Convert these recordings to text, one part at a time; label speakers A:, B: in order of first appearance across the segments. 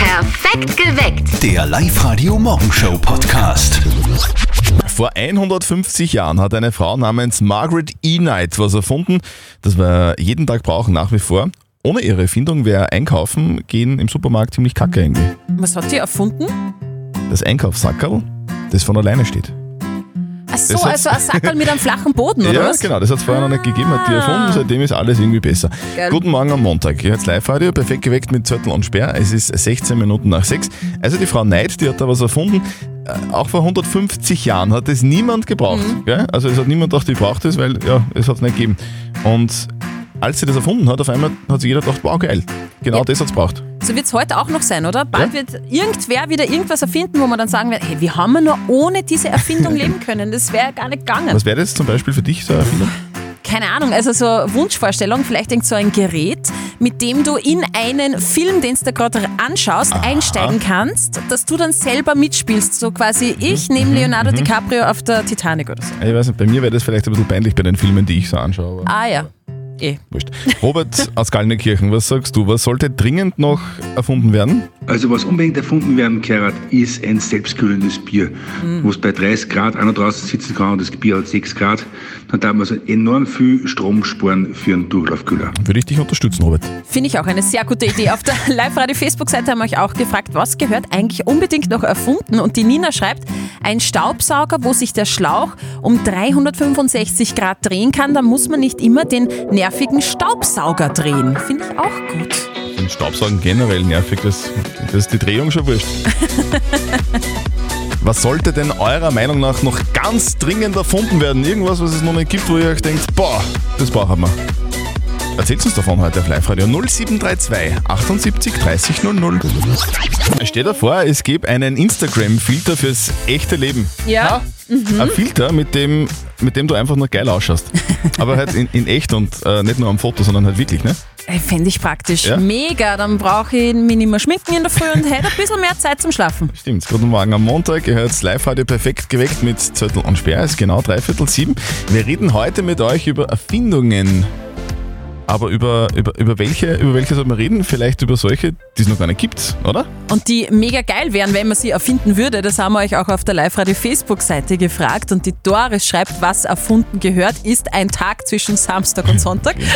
A: Perfekt geweckt.
B: Der Live-Radio Morgenshow Podcast.
C: Vor 150 Jahren hat eine Frau namens Margaret E. Knight was erfunden, das wir jeden Tag brauchen nach wie vor. Ohne ihre Erfindung wäre Einkaufen gehen im Supermarkt ziemlich kacke irgendwie.
D: Was hat sie erfunden?
C: Das Einkaufssackerl, das von alleine steht.
D: Ach so,
C: Das hat-
D: also ein Sackerl mit einem flachen Boden, oder
C: ja,
D: was? Ah.
C: genau, das hat es vorher noch nicht gegeben, hat die erfunden, seitdem ist alles irgendwie besser.
D: Geil.
C: Guten Morgen am Montag. Hier jetzt Live-Radio, perfekt geweckt mit Zettel und Sperr. Es ist 16 Minuten nach 6. Also die Frau Neid, die hat da was erfunden. Äh, Auch vor 150 Jahren hat es niemand gebraucht.
D: Mhm.
C: Gell? Also es hat niemand gedacht, die braucht es, weil ja, es hat es nicht gegeben. Und als sie das erfunden hat, auf einmal hat sich jeder gedacht, wow, geil. Genau
D: Ja.
C: das hat es braucht.
D: So wird es heute auch noch sein, oder? Bald wird irgendwer wieder irgendwas erfinden, wo man dann sagen wird, hey, wie haben wir nur ohne diese Erfindung leben können? Das wäre gar nicht gegangen.
C: Was wäre das zum Beispiel für dich so eine Erfindung?
D: Keine Ahnung, also so Wunschvorstellung, vielleicht irgend so ein Gerät, mit dem du in einen Film, den du gerade anschaust, einsteigen kannst, dass du dann selber mitspielst. So quasi, ich
C: Mhm,
D: nehme Leonardo DiCaprio auf der Titanic oder so.
C: Ich weiß nicht, bei mir wäre das vielleicht ein bisschen peinlich bei den Filmen, die ich so anschaue. aber-
D: Ah ja. Eh.
C: Wurscht. Robert aus Gallnenkirchen, was sagst du? Was sollte dringend noch erfunden werden?
E: Also was unbedingt erfunden werden kann, ist ein selbstkühlendes Bier, wo es bei 30 Grad einer draußen sitzen kann und das Bier hat 6 Grad. Dann darf man so enorm viel Strom sparen für einen Durchlaufkühler.
C: Würde ich dich unterstützen, Robert.
D: Finde ich auch eine sehr gute Idee. Auf der Live-Radio-Facebook-Seite haben wir euch auch gefragt, was gehört eigentlich unbedingt noch erfunden? Und die Nina schreibt, ein Staubsauger, wo sich der Schlauch um 365 Grad drehen kann, da muss man nicht immer den nervigen Staubsauger drehen. Finde ich auch gut.
C: Und Staubsaugen generell nervig, das, das ist die Drehung schon wurscht. was sollte denn eurer Meinung nach noch ganz dringend erfunden werden? Irgendwas, was es noch nicht gibt, wo ihr euch denkt, boah, das brauchen wir. Erzählt uns davon heute auf Live-Radio 0732 78 30 00. Stell dir vor, es gäbe einen Instagram-Filter fürs echte Leben.
D: Ja.
C: Ein Filter, mit dem, mit dem du einfach nur geil ausschaust. Aber halt in, in echt und äh, nicht nur am Foto, sondern halt wirklich, ne?
D: Äh, Fände ich praktisch.
C: Ja.
D: Mega, dann brauche ich mich nicht mehr schminken in der Früh und hätte ein bisschen mehr Zeit zum Schlafen.
C: Stimmt. Guten Morgen am Montag. Ihr hört live heute perfekt geweckt mit Zettel und Sperr. Es ist genau dreiviertel sieben. Wir reden heute mit euch über Erfindungen. Aber über, über, über welche, über welche sollten wir reden? Vielleicht über solche, die es noch gar nicht gibt, oder?
D: Und die mega geil wären, wenn man sie erfinden würde. Das haben wir euch auch auf der Live-Radio-Facebook-Seite gefragt. Und die Doris schreibt, was erfunden gehört, ist ein Tag zwischen Samstag und Sonntag.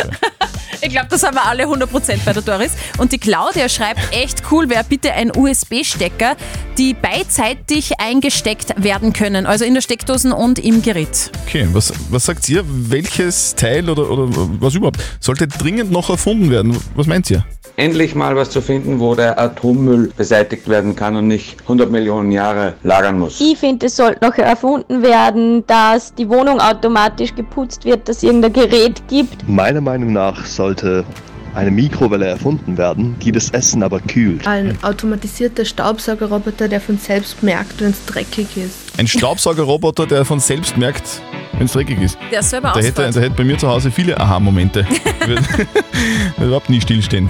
D: Ich glaube, das haben wir alle 100% bei der Doris. Und die Claudia schreibt, echt cool wäre bitte ein USB-Stecker, die beidseitig eingesteckt werden können. Also in der Steckdosen und im Gerät.
C: Okay, was, was sagt ihr? Welches Teil oder, oder was überhaupt sollte dringend noch erfunden werden? Was meint ihr?
F: endlich mal was zu finden, wo der Atommüll beseitigt werden kann und nicht 100 Millionen Jahre lagern muss.
G: Ich finde, es sollte noch erfunden werden, dass die Wohnung automatisch geputzt wird, dass es irgendein Gerät gibt,
H: Meiner Meinung nach sollte eine Mikrowelle erfunden werden, die das Essen aber kühlt.
I: Ein automatisierter Staubsaugerroboter, der von selbst merkt, wenn es dreckig ist.
C: Ein Staubsaugerroboter, der von selbst merkt, wenn es dreckig ist.
D: Der ist selber
C: Da hätte, da hätte bei mir zu Hause viele Aha-Momente. Würde würde überhaupt nie stillstehen.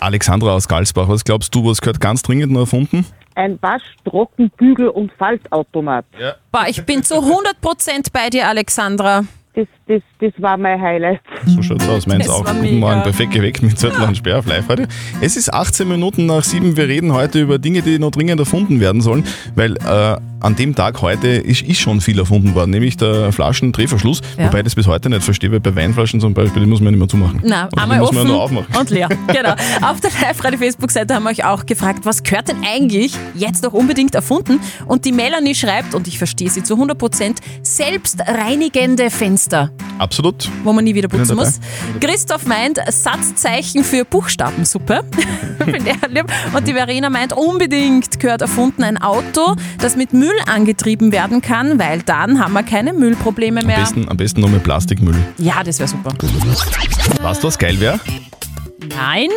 C: Alexandra aus Galsbach, was glaubst du, was gehört ganz dringend noch erfunden?
J: ein Waschtrockenbügel- und Faltautomat.
D: Boah, ich bin zu 100% bei dir, Alexandra.
J: Das, das, das war mein Highlight.
C: So schaut's aus, meins
D: Mhm. Das
C: auch.
D: war
C: Guten
D: mega.
C: Morgen, perfekt geweckt mit Zettel und Sperr auf live heute. Es ist 18 Minuten nach 7, wir reden heute über Dinge, die noch dringend erfunden werden sollen, weil äh, an dem Tag heute ist, ist schon viel erfunden worden, nämlich der Flaschendrehverschluss,
D: Ja.
C: wobei ich das bis heute nicht verstehe, weil bei Weinflaschen zum Beispiel, die muss man nicht mehr zumachen.
D: Na,
C: Oder die
D: einmal
C: muss man
D: offen
C: ja nur aufmachen.
D: und leer. Genau. Auf der Live-Radio-Facebook-Seite haben wir euch auch gefragt, was gehört denn eigentlich jetzt noch unbedingt erfunden? Und die Melanie schreibt, und ich verstehe sie zu 100%, selbstreinigende Fenster,
C: Absolut.
D: wo man nie wieder
C: Bin
D: putzen
C: dabei.
D: muss. Christoph meint, Satzzeichen für Buchstabensuppe. Finde ich lieb. und die Verena meint, unbedingt gehört erfunden ein Auto, das mit Müll angetrieben werden kann, weil dann haben wir keine Müllprobleme
C: Am
D: mehr.
C: besten, am besten nur mit Plastikmüll.
D: Ja, das wäre super.
C: Weißt du, was geil wäre?
D: Nein?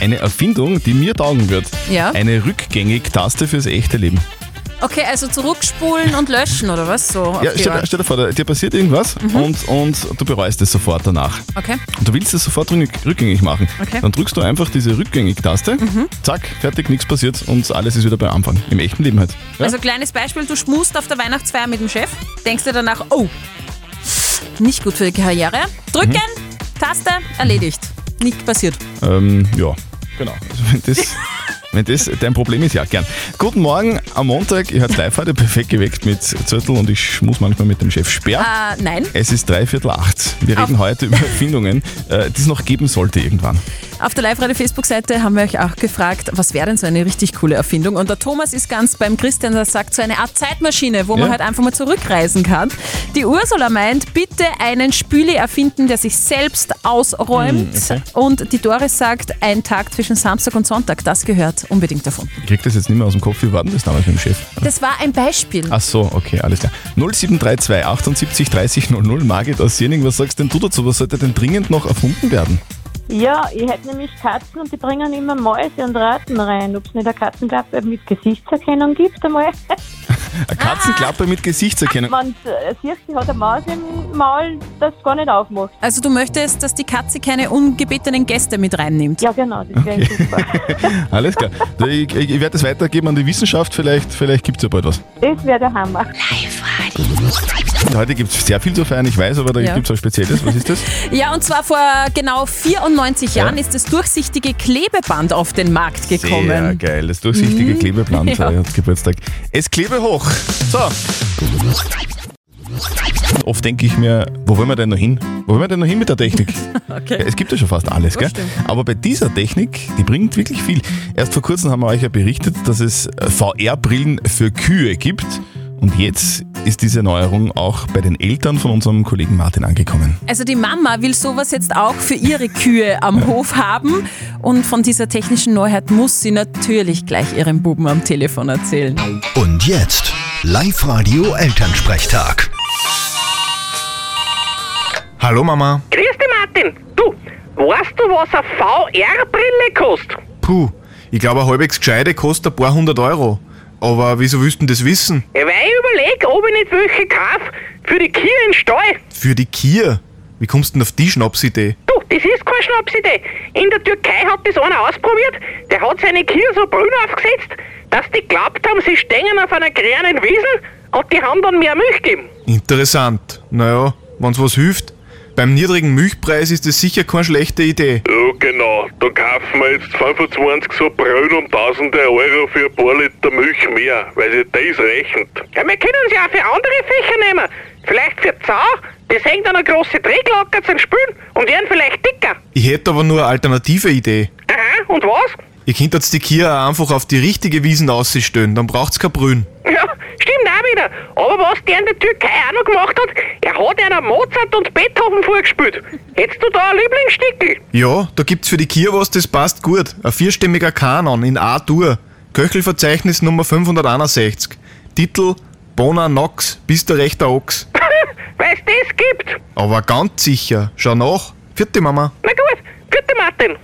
C: Eine Erfindung, die mir taugen wird.
D: Ja.
C: Eine Rückgängig-Taste fürs echte Leben.
D: Okay, also zurückspulen und löschen oder was so? auf
C: Ja,
D: die
C: stell,
D: Art. Mhm.
C: dir- stell dir vor, da- dir passiert irgendwas und, und du bereust es sofort danach.
D: Okay.
C: Und du willst es sofort rück- rückgängig machen.
D: Okay. Mhm.
C: Dann drückst du einfach diese Rückgängig-Taste, zack, fertig, nichts passiert und alles ist wieder beim Anfang. Im echten Leben halt. Ja?
D: Also kleines Beispiel, du schmusst auf der Weihnachtsfeier mit dem Chef, denkst dir danach, oh, nicht gut für die Karriere. Drücken, Taste, erledigt. Nicht passiert.
C: ähm, ja, genau. Also, wenn das, Wenn das dein Problem ist, ja, gern. Guten Morgen am Montag. Ihr hört live heute perfekt geweckt mit Zürtel und ich muss manchmal mit dem Chef sperren.
D: Äh, nein,
C: Es ist dreiviertel acht. Wir reden heute über Erfindungen, äh, die es noch geben sollte irgendwann.
D: auf der Live-Radio-Facebook-Seite haben wir euch auch gefragt, was wäre denn so eine richtig coole Erfindung? Und der Thomas ist ganz beim Christian, der sagt, so eine Art Zeitmaschine, wo man
C: Ja.
D: halt einfach mal zurückreisen kann. Die Ursula meint, bitte einen Spüli erfinden, der sich selbst ausräumt.
C: Hm,
D: Und die Doris sagt, ein Tag zwischen Samstag und Sonntag, das gehört unbedingt davon.
C: Ich krieg das jetzt nicht mehr aus dem Kopf. Wie war denn das damals mit dem Chef?
D: Das war ein Beispiel.
C: Ach so, okay, alles klar. 0732 78 30 00. Margit aus Jening, was sagst denn du dazu? Was sollte denn dringend noch erfunden werden?
J: Ja, ich hätte nämlich Katzen und die bringen immer Mäuse und Ratten rein. Ob es nicht eine Katzenklappe mit Gesichtserkennung gibt einmal.
C: Eine Katzenklappe mit Gesichtserkennung.
J: Man äh, sieht, sie hat eine Maus im Maul, das gar nicht aufmacht.
D: Also du möchtest, dass die Katze keine ungebetenen Gäste mit reinnimmt.
J: Ja, genau, das wäre super.
C: Alles klar. Ich, ich, ich werde das weitergeben an die Wissenschaft. Vielleicht, vielleicht gibt es ja bald was.
J: Das wäre der Hammer.
C: Heute gibt es sehr viel zu feiern, ich weiß, aber da
D: Ja.
C: gibt es was Spezielles. Was ist das?
D: Ja, und zwar vor genau 94
C: Ja.
D: Jahren ist das durchsichtige Klebeband auf den Markt gekommen. Mhm.
C: Sehr geil, das durchsichtige Klebeband
D: Ja.
C: ja. hat Geburtstag. Es klebe hoch. So. Oft denke ich mir, wo wollen wir denn noch hin? Wo wollen wir denn noch hin mit der Technik? Ja,
D: Okay.
C: Es gibt ja schon fast alles, gell? Aber bei dieser Technik, die bringt wirklich viel. Erst vor kurzem haben wir euch ja berichtet, dass es VR-Brillen für Kühe gibt. Und jetzt ist diese Neuerung auch bei den Eltern von unserem Kollegen Martin angekommen.
D: Also die Mama will sowas jetzt auch für ihre Kühe am Hof haben und von dieser technischen Neuheit muss sie natürlich gleich ihrem Buben am Telefon erzählen.
B: Und jetzt Live-Radio Elternsprechtag.
A: Hallo Mama.
J: Grüß dich, Martin. Du, weißt du, was eine VR-Brille kostet?
A: Puh, ich glaube, ein halbwegs gescheite kostet ein paar hundert Euro. Aber wieso willst du denn das wissen?
J: Ja, weil ich überlege, ob ich nicht welche kaufe für die Kühe im Stall.
A: Für die Kia. Wie kommst du denn auf die Schnapsidee?
J: Du, das ist keine Schnapsidee. In der Türkei hat das einer ausprobiert, der hat seine Kühe so grün aufgesetzt, dass die glaubt haben, sie stehen auf einer kleinen Wiese und die haben dann mehr Milch gegeben.
A: Interessant. Naja, wenn's was hilft. Beim niedrigen Milchpreis ist das sicher keine schlechte Idee.
J: Ja, genau. Da kaufen wir jetzt 25 so Brüllen um tausende Euro für ein paar Liter Milch mehr, weil sich das rechnet. Ja, wir können sie auch für andere Fächer nehmen. Vielleicht für Zau, die hängt an eine große Träglocker zum Spülen und werden vielleicht dicker.
A: Ich hätte aber nur eine alternative Idee.
J: Aha, und was?
A: Ihr könnt jetzt die Kia auch einfach auf die richtige Wiesen ausstellen, dann braucht's kein Brühen.
J: Ja, stimmt auch wieder. Aber was der in der Türkei auch noch gemacht hat, er hat einer Mozart und Beethoven vorgespielt. Hättest du da ein Lieblingsstickel?
A: Ja, da gibt's für die Kia was, das passt gut. Ein vierstimmiger Kanon in A-Dur. Köchelverzeichnis Nummer 561. Titel Bona Nox, bis der rechte Ochs.
J: Weil es das gibt.
A: Aber ganz sicher, schau nach. Vierte Mama.
J: Na gut, bitte Martin.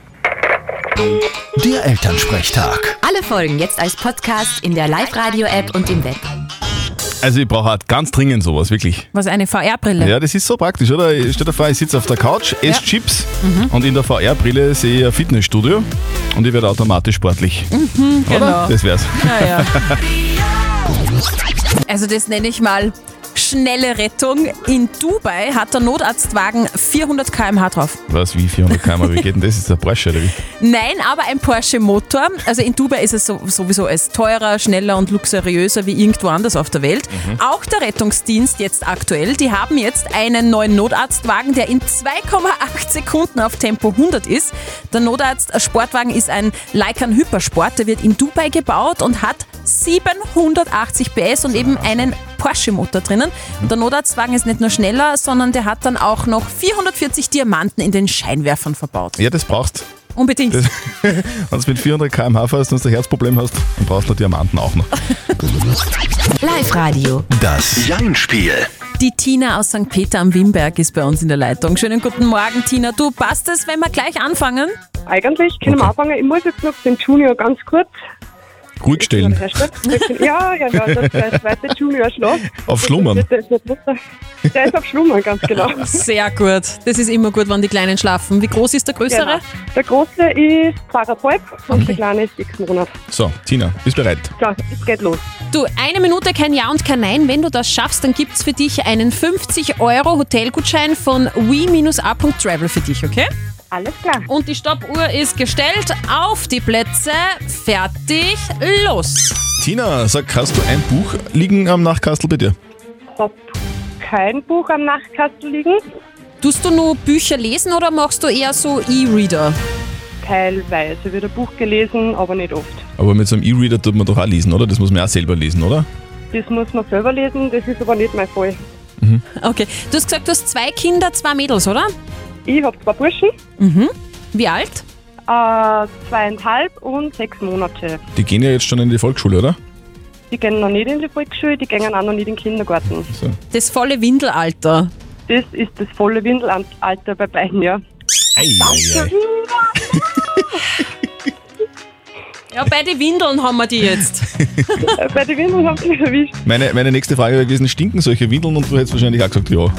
B: Der Elternsprechtag.
K: Alle Folgen jetzt als Podcast in der Live-Radio-App und im Web.
C: Also ich brauche halt ganz dringend sowas, wirklich.
D: Was eine VR-Brille.
C: Ja, das ist so praktisch, oder? Ich stell dir vor, ich sitze auf der Couch, esse Chips und in der VR-Brille sehe ich ein Fitnessstudio und ich werde automatisch sportlich. oder?
D: genau.
C: Das wär's.
D: Ja, ja. Also das nenne ich mal schnelle Rettung. In Dubai hat der Notarztwagen 400 km/h drauf.
C: Was, wie 400 km, wie geht denn das? Ist der Porsche oder wie?
D: Nein, aber ein Porsche Motor. Also in Dubai ist es so, sowieso als teurer, schneller und luxuriöser wie irgendwo anders auf der Welt. Auch der Rettungsdienst jetzt aktuell, die haben jetzt einen neuen Notarztwagen, der in 2,8 Sekunden auf Tempo 100 ist. Der Notarzt-Sportwagen ist ein Lycan Hypersport, der wird in Dubai gebaut und hat 780 PS und eben einen Porsche-Motor drinnen. Und der Notarztwagen ist nicht nur schneller, sondern der hat dann auch noch 440 Diamanten in den Scheinwerfern verbaut.
C: Ja, das brauchst
D: Unbedingt.
C: Wenn du mit 400 km/h fährst und ein Herzproblem hast, dann brauchst du Diamanten auch noch.
K: Live-Radio.
B: Das Jein-Spiel.
D: Die Tina aus St. Peter am Wimberg ist bei uns in der Leitung. Schönen guten Morgen, Tina. Du, passt es, wenn wir gleich anfangen?
J: Eigentlich können wir anfangen. Ich muss jetzt noch den Junior ganz kurz.
C: Ruhig stellen.
J: Ja, ja, ja, das ist der zweite Junior schlaft.
C: Auf Schlummern.
J: Der ist, nicht lustig. der ist auf Schlummern, ganz genau.
D: Sehr gut. Das ist immer gut, wenn die Kleinen schlafen. Wie groß ist der Größere?
J: Genau. Der große ist zweieinhalb und der kleine ist sechs Monate.
C: So, Tina, bist bereit?
J: So, es geht los.
D: Du, eine Minute kein Ja und kein Nein. Wenn du das schaffst, dann gibt es für dich einen 50 Euro Hotelgutschein von we-a.travel für dich, okay?
J: Alles klar.
D: Und die Stoppuhr ist gestellt. Auf die Plätze. Fertig. Los.
C: Tina, sag, hast du ein Buch liegen am Nachkastel bei dir?
J: Kein Buch am Nachtkasten liegen?
D: Tust du nur Bücher lesen oder machst du eher so E-Reader?
J: Teilweise wird ein Buch gelesen, aber nicht oft.
C: Aber mit so einem E-Reader tut man doch auch lesen, oder? Das muss man auch selber lesen, oder?
J: Das muss man selber lesen, das ist aber nicht mein Fall.
D: Okay. Du hast gesagt, du hast zwei Kinder, zwei Mädels, oder?
J: Ich habe zwei Burschen,
D: Mhm. Wie alt?
J: äh, zweieinhalb und sechs Monate.
C: Die gehen ja jetzt schon in die Volksschule, oder?
J: Die gehen noch nicht in die Volksschule, die gehen auch noch nicht in den Kindergarten.
D: Das volle Windelalter.
J: Das ist das volle Windelalter bei beiden, ja.
D: Ja, bei den Windeln haben wir die jetzt.
J: Äh, bei den Windeln haben sie mich erwischt.
C: Meine, meine nächste Frage wäre gewesen, stinken solche Windeln? Und du hättest wahrscheinlich auch gesagt, ja.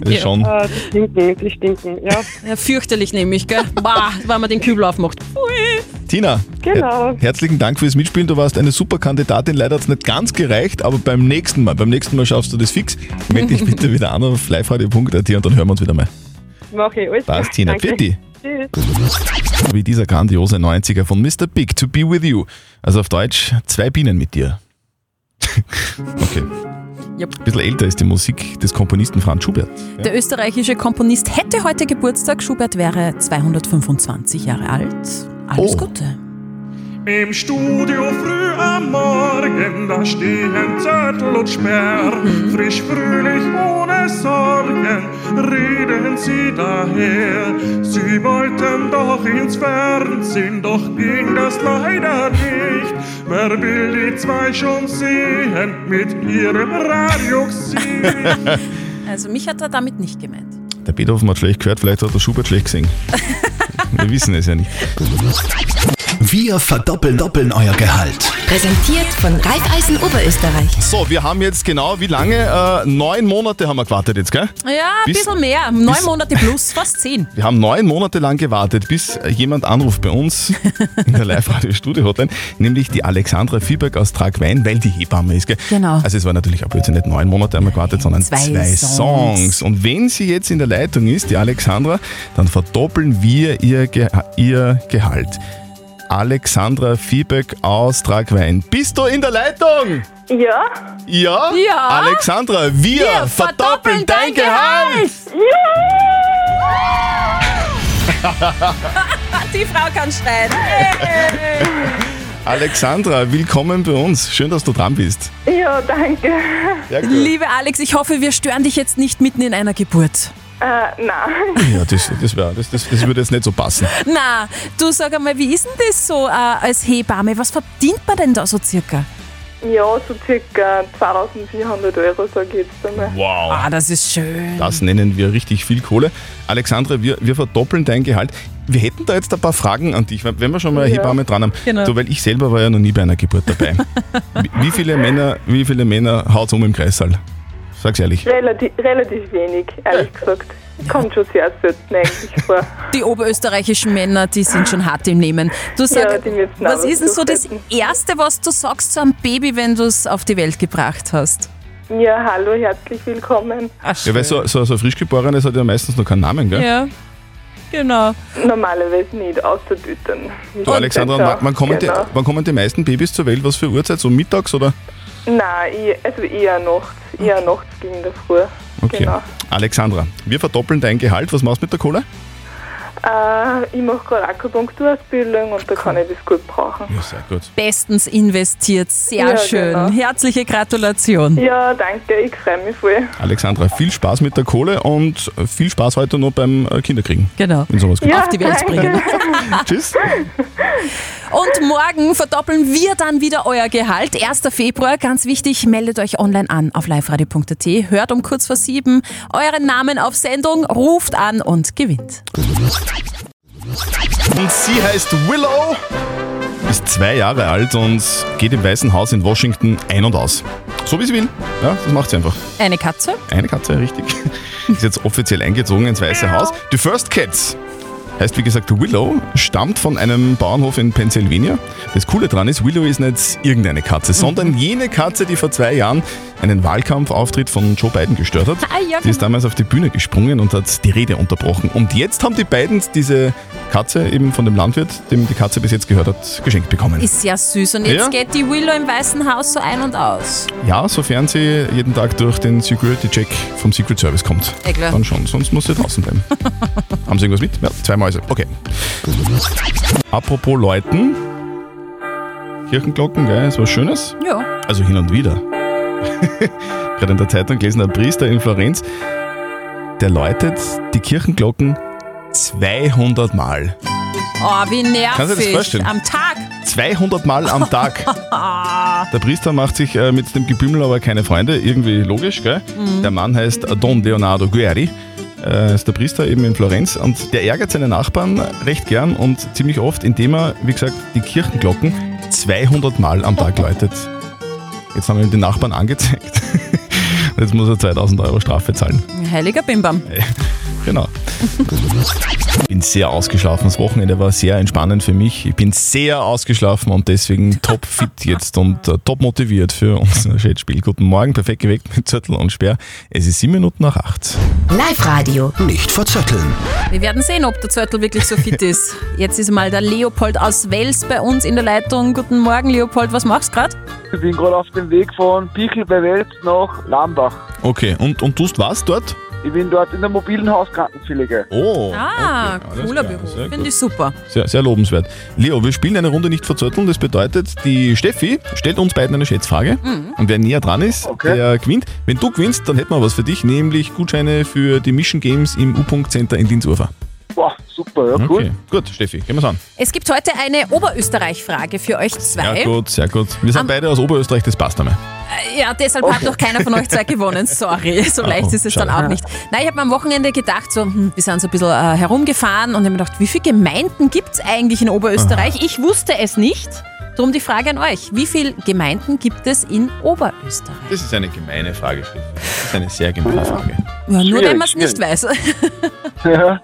C: Das ist schon.
J: Äh, die stinken, die stinken, ja.
D: Ja, fürchterlich nämlich, gell? Bah, wenn man den Kübel aufmacht. Pfui.
C: Tina,
J: Genau.
C: her herzlichen Dank fürs Mitspielen. Du warst eine super Kandidatin. Leider hat es nicht ganz gereicht, aber beim nächsten Mal, beim nächsten Mal schaffst du das fix. Meld dich bitte wieder an auf liveradio.at und dann hören wir uns wieder mal.
J: Mache ich alles.
C: Passt, Tina.
J: Danke.
C: Pfitti.
J: Tschüss.
C: Wie dieser grandiose 90er von Mr. Big, To Be With You. Also auf Deutsch, zwei Bienen mit dir. okay.
D: Yep.
C: Ein bisschen älter ist die Musik des Komponisten Franz Schubert.
D: Der österreichische Komponist hätte heute Geburtstag. Schubert wäre 225 Jahre alt. Alles
C: Oh.
D: Gute.
L: Im Studio früh am Morgen, da stehen Zettel und Sperr. Frisch, fröhlich, ohne Sorgen, reden sie daher. Sie wollten doch ins Fernsehen, doch ging das leider nicht. Wer will die zwei schon sehen mit ihrem Radio?
D: Also mich hat er damit nicht gemeint.
C: Der Beethoven hat schlecht gehört, vielleicht hat der Schubert schlecht gesehen. Wir wissen es ja nicht.
B: Wir verdoppeln doppeln euer Gehalt.
K: Präsentiert von Raiffeisen Oberösterreich.
C: So, wir haben jetzt genau, wie lange? Äh, neun Monate haben wir gewartet jetzt, gell?
D: Ja, ein
C: Bis-
D: bisschen mehr. Neun
C: bis-
D: Monate plus, fast zehn.
C: Wir haben neun Monate lang gewartet, bis äh, jemand anruft bei uns in der Live-Radio-Studio-Hotline, nämlich die Alexandra Fieberg aus Tragwein, weil die Hebamme ist. Gell?
D: Genau.
C: Also es war natürlich auch plötzlich nicht neun Monate einmal gewartet, sondern
D: zwei
C: zwei,
D: Songs.
C: Songs. Und wenn sie jetzt in der Leitung ist, die Alexandra, dann verdoppeln wir ihr, Ge ihr Gehalt. Alexandra Fieberg aus Tragwein. Bist du in der Leitung?
J: Ja,
C: Ja?
J: Ja.
C: Alexandra, wir, verdoppeln dein Gehalt!
D: Ah, Die Frau kann schreien.
C: Alexandra, willkommen bei uns. Schön, dass du dran bist.
J: ja, danke.
C: Ja,
D: Liebe Alex, ich hoffe, wir stören dich jetzt nicht mitten in einer Geburt.
J: Äh, nein.
C: Ja, das, das, wär, das, das, das würde jetzt nicht so passen.
D: Na, du sag einmal, wie ist denn das so äh, als Hebamme? Was verdient man denn da so circa?
J: Ja, so circa 2400 Euro, sag ich jetzt einmal.
C: Wow.
D: Ah, das ist schön.
C: Das nennen wir richtig viel Kohle. Alexandra, wir, wir verdoppeln dein Gehalt. Wir hätten da jetzt ein paar Fragen an dich, wenn wir schon mal eine
J: Ja.
C: Hebamme dran haben.
D: Genau.
C: Du, weil ich selber war ja noch nie bei einer Geburt dabei. wie, wie viele Männer, wie viele Männer haut's um im Kreissaal? Sag's ehrlich.
J: Relativ, relativ wenig, ehrlich gesagt. Kommt schon sehr selten eigentlich vor.
D: Die oberösterreichischen Männer, die sind schon hart im Nehmen. Du
J: Ja,
D: sag,
J: die müssen
D: was
J: aber
D: ist denn so das
J: durchhalten.
D: Erste, was du sagst zu einem Baby, wenn du es auf die Welt gebracht hast?
J: Ja, hallo, herzlich willkommen.
D: Ach,
C: Ja, weil so, so, so ein Frischgeborenes hat ja meistens noch keinen Namen, gell?
D: Ja, genau.
J: Normalerweise nicht, außer Tüten.
C: Du, Alexandra,
J: Und dann
C: wann, wann, kommen
J: genau.
C: die, wann kommen die meisten Babys zur Welt? Was für Uhrzeit? So mittags oder?
J: Nein, ich, also eher nachts. Eher nachts gegen der Früh.
C: Okay.
J: Genau.
C: Alexandra, wir verdoppeln dein Gehalt. Was machst du mit der Kohle?
J: Äh, ich mache gerade Akupunkturausbildung und da kann ich das gut brauchen.
C: Ja, sehr gut.
D: Bestens investiert, sehr
J: Ja,
D: schön.
J: genau.
D: Herzliche Gratulation.
J: Ja, danke, ich freue mich voll.
C: Alexandra, viel Spaß mit der Kohle und viel Spaß heute noch beim äh, Kinderkriegen.
D: Genau.
C: Wenn sowas geht.
J: Ja,
D: Auf die Welt
J: danke.
D: bringen.
C: Tschüss.
D: Und morgen verdoppeln wir dann wieder euer Gehalt. 1. Februar, ganz wichtig, meldet euch online an auf liveradio.at, hört um kurz vor sieben euren Namen auf Sendung, ruft an und gewinnt.
C: Und sie heißt Willow, ist zwei Jahre alt und geht im Weißen Haus in Washington ein und aus. So wie sie will. Ja, das macht sie einfach.
D: Eine Katze?
C: Eine Katze, richtig. Ist jetzt offiziell eingezogen ins Weiße Haus. Die First Cats heißt wie gesagt Willow, stammt von einem Bauernhof in
D: Mhm.
C: Pennsylvania. Das Coole dran ist, Willow ist nicht irgendeine Katze, sondern jene Katze, die vor zwei Jahren einen Wahlkampfauftritt von Joe Biden gestört hat.
D: Ah, ja,
C: die ist damals auf die Bühne gesprungen und hat die Rede unterbrochen. Und jetzt haben die Bidens diese Katze eben von dem Landwirt, dem die Katze bis jetzt gehört hat, geschenkt bekommen.
D: Ist ja süß. Und jetzt
C: Ja.
D: geht die Willow im Weißen Haus so ein und aus.
C: Ja, sofern sie jeden Tag durch den Security-Check vom Secret Service kommt.
D: Eh klar.
C: Dann schon, sonst muss sie draußen bleiben. Haben sie irgendwas mit? Ja, zwei Mäuse. Okay. Apropos Läuten. Kirchenglocken, gell, ist was Schönes.
D: Ja.
C: Also hin und wieder. Gerade in der Zeitung gelesen, ein Priester in Florenz, der läutet die Kirchenglocken 200 Mal.
D: Oh, wie nervig.
C: Kannst du dir das vorstellen?
D: Am Tag.
C: 200 Mal am Tag. Der Priester macht sich äh, mit dem Gebümmel aber keine Freunde, irgendwie logisch, gell?
D: Mhm.
C: Der Mann heißt Don Leonardo Guerri, äh, ist der Priester eben in Florenz und der ärgert seine Nachbarn recht gern und ziemlich oft, indem er, wie gesagt, die Kirchenglocken 200 Mal am Tag läutet. Jetzt haben wir ihm die Nachbarn angezeigt. Jetzt muss er 2000 Euro Strafe zahlen.
D: Heiliger Bimbam.
C: Genau. Ich bin sehr ausgeschlafen. Das Wochenende war sehr entspannend für mich. Ich bin sehr ausgeschlafen und deswegen top fit jetzt und äh, top motiviert für unser Schädspiel. Guten Morgen, perfekt geweckt mit Zettel und Sperr. Es ist sieben Minuten nach acht.
K: Live-Radio.
B: Nicht verzetteln.
D: Wir werden sehen, ob der Zörtel wirklich so fit ist. Jetzt ist mal der Leopold aus Wels bei uns in der Leitung. Guten Morgen, Leopold. Was machst du gerade?
M: Ich bin gerade auf dem Weg von Bichl bei Wels nach Lambach.
C: Okay, und, und tust was dort?
M: Ich bin dort in der mobilen Hauskrankenpflege.
C: Oh,
D: Ah, cooler Beruf. Finde ich super.
C: sehr, sehr lobenswert. Leo, wir spielen eine Runde nicht verzötteln. Das bedeutet, die Steffi stellt uns beiden eine Schätzfrage.
D: Mhm.
C: Und wer näher dran ist, der gewinnt. Wenn du gewinnst, dann hätten wir was für dich, nämlich Gutscheine für die Mission Games im U-Punkt Center in Diensturfer.
M: Boah, super, ja,
C: cool. Okay. Gut, Steffi, gehen wir's an.
D: Es gibt heute eine Oberösterreich-Frage für euch
C: Sehr
D: zwei.
C: gut, sehr gut. Wir sind beide aus Oberösterreich, das passt einmal.
D: Äh, Ja, deshalb hat doch keiner von euch zwei gewonnen. Sorry, so
C: Oh,
D: leicht ist es
C: schade.
D: dann auch nicht. Nein, ich habe mir am Wochenende gedacht, so, hm, wir sind so ein bisschen äh, herumgefahren und habe mir gedacht, wie viele Gemeinden gibt es eigentlich in Oberösterreich? Ich wusste es nicht. Darum die Frage an euch. Wie viele Gemeinden gibt es in Oberösterreich?
C: Das ist eine gemeine Frage, Steffi. Das ist eine sehr gemeine Frage.
D: Ja, nur
M: Schwierig,
D: wenn man es nicht weiß.
M: Ja.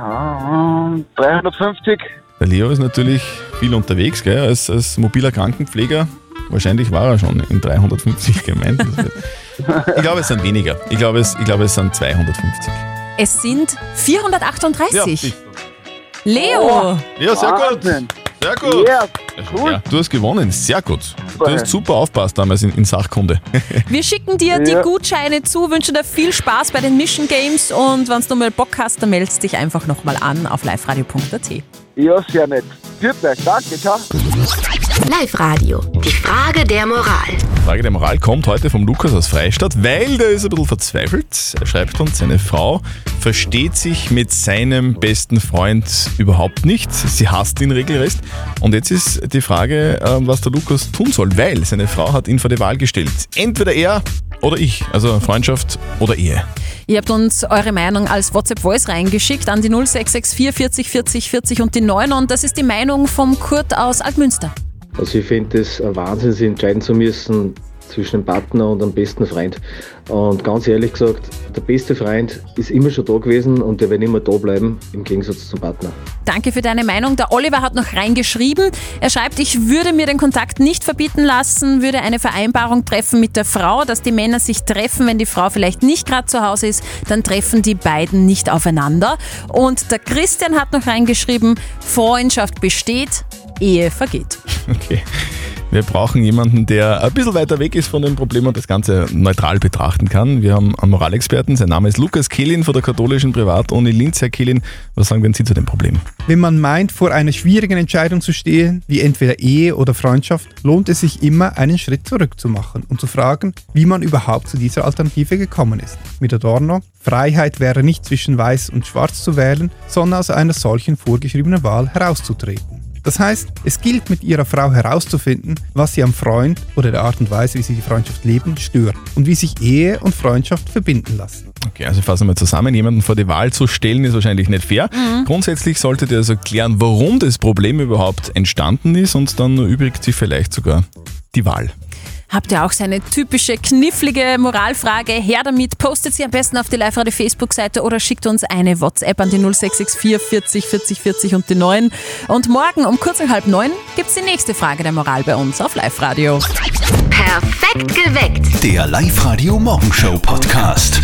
M: Ah, 350.
C: Der Leo ist natürlich viel unterwegs, gell? Als, als mobiler Krankenpfleger. Wahrscheinlich war er schon in 350 Gemeinden. Das wird- Ich glaube, es sind weniger. Ich glaube, es, ich glaube, es sind 250.
D: Es sind 438.
C: Ja, Oh.
D: Leo!
C: Ja, sehr gut. Sehr gut.
D: Ja,
C: cool. Ja, du hast gewonnen, sehr gut. Du hast super aufpasst damals in, in Sachkunde.
D: Wir schicken dir die
C: Ja.
D: Gutscheine zu, wünschen dir viel Spaß bei den Mission Games und wenn du mal Bock hast, dann meldest dich einfach nochmal an auf liveradio.at.
M: Ja, sehr nett. Gut, gleich. Danke, ciao.
K: Live-Radio. Die Frage der Moral.
C: Die Frage der Moral kommt heute vom Lukas aus Freistadt, weil der ist ein bisschen verzweifelt. Er schreibt uns, seine Frau versteht sich mit seinem besten Freund überhaupt nicht. Sie hasst ihn regelrecht. Und jetzt ist die Frage, ähm, was der Lukas tun soll, weil seine Frau hat ihn vor die Wahl gestellt. Entweder er oder ich, also Freundschaft oder Ehe.
D: Ihr habt uns eure Meinung als WhatsApp-Voice reingeschickt an die 0664 40 40 40 und die 9 und das ist die Meinung vom Kurt aus Altmünster.
N: Also ich finde es ein Wahnsinn, sich entscheiden zu müssen zwischen einem Partner und einem besten Freund. Und ganz ehrlich gesagt, der beste Freund ist immer schon da gewesen und der wird immer da bleiben, im Gegensatz zum Partner.
D: Danke für deine Meinung. Der Oliver hat noch reingeschrieben. Er schreibt, ich würde mir den Kontakt nicht verbieten lassen, würde eine Vereinbarung treffen mit der Frau, dass die Männer sich treffen, wenn die Frau vielleicht nicht gerade zu Hause ist, dann treffen die beiden nicht aufeinander. Und der Christian hat noch reingeschrieben, Freundschaft besteht, Ehe vergeht.
C: Okay. Wir brauchen jemanden, der ein bisschen weiter weg ist von dem Problem und das Ganze neutral betrachten kann. Wir haben einen Moralexperten, sein Name ist Lukas Kehlin von der katholischen Privatuni Linz. Herr Kehlin, was sagen denn Sie zu dem Problem?
O: Wenn man meint, vor einer schwierigen Entscheidung zu stehen, wie entweder Ehe oder Freundschaft, lohnt es sich immer, einen Schritt zurückzumachen und zu fragen, wie man überhaupt zu dieser Alternative gekommen ist. Mit Adorno, Freiheit wäre nicht zwischen Weiß und Schwarz zu wählen, sondern aus einer solchen vorgeschriebenen Wahl herauszutreten. Das heißt, es gilt mit ihrer Frau herauszufinden, was sie am Freund oder der Art und Weise, wie sie die Freundschaft leben, stört und wie sich Ehe und Freundschaft verbinden lassen.
C: Okay, also fassen wir zusammen. Jemanden vor die Wahl zu stellen, ist wahrscheinlich nicht fair. Grundsätzlich solltet ihr also klären, warum das Problem überhaupt entstanden ist und dann übrigt sich vielleicht sogar die Wahl.
D: Habt ihr auch so eine typische knifflige Moralfrage? Her damit, postet sie am besten auf die Live-Radio Facebook-Seite oder schickt uns eine WhatsApp an die 0664 40 40 40 und die 9. Und morgen um kurz nach halb neun gibt's die nächste Frage der Moral bei uns auf Live-Radio.
K: Perfekt geweckt.
B: Der Live-Radio Morgenshow Podcast.